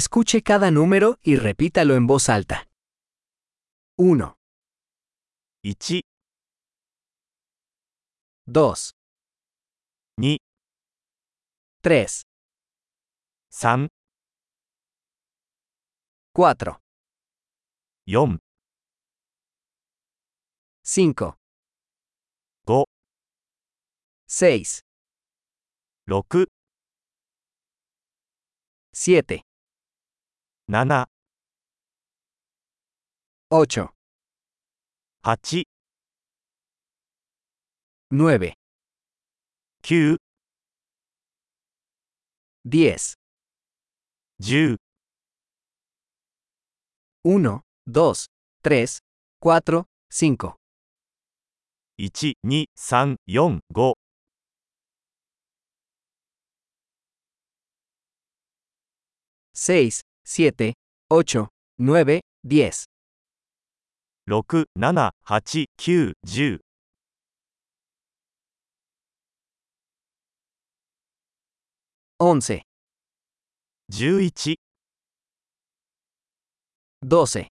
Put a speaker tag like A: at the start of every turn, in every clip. A: Escuche cada número y repítalo en voz alta. 1,
B: 1、
A: 2,
B: 2、
A: 3, 4,
B: 3、4、
A: 5,
B: 5、
A: 6,
B: 6、
A: 7,
B: 7、
A: 8,
B: 8、
A: 9,
B: 9、
A: 10,
B: 10、
A: 1, 2, 3, 4, 5.
B: 1、2、3、4、5、
A: 6, 7, 8, 9, 10.
B: 6、7、8、9、10、
A: 11,
B: 11、
A: 12,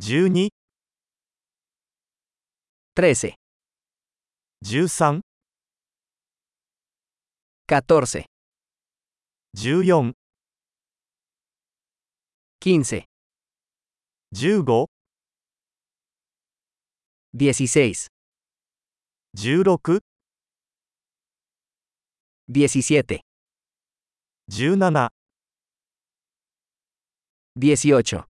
B: 12、
A: 13,
B: 13、
A: 14,
B: 14、
A: 15,
B: 15、
A: 16,
B: 16、
A: 17,
B: 17、
A: 18,
B: 18、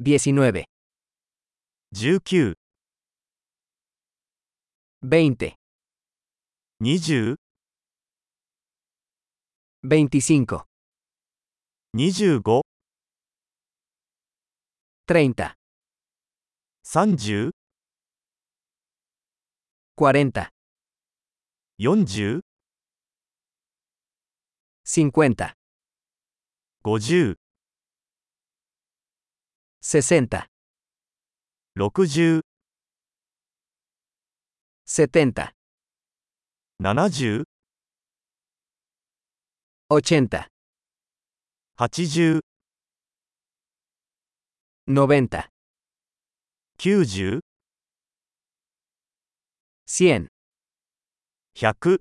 A: 19,
B: 19、
A: 20,
B: 20、
A: 25,
B: 25、
A: 30,
B: 30、
A: 40,
B: 40、
A: 50, 60,
B: 50、60、
A: 70,
B: 70、
A: 80,
B: 80、
A: 90,
B: 90、
A: 100,
B: 100、
A: 1000,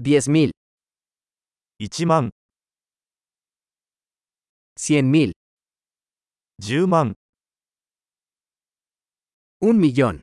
B: 1000、
A: 10000,
B: 1万、
A: 100.000,
B: 10万、
A: un millón.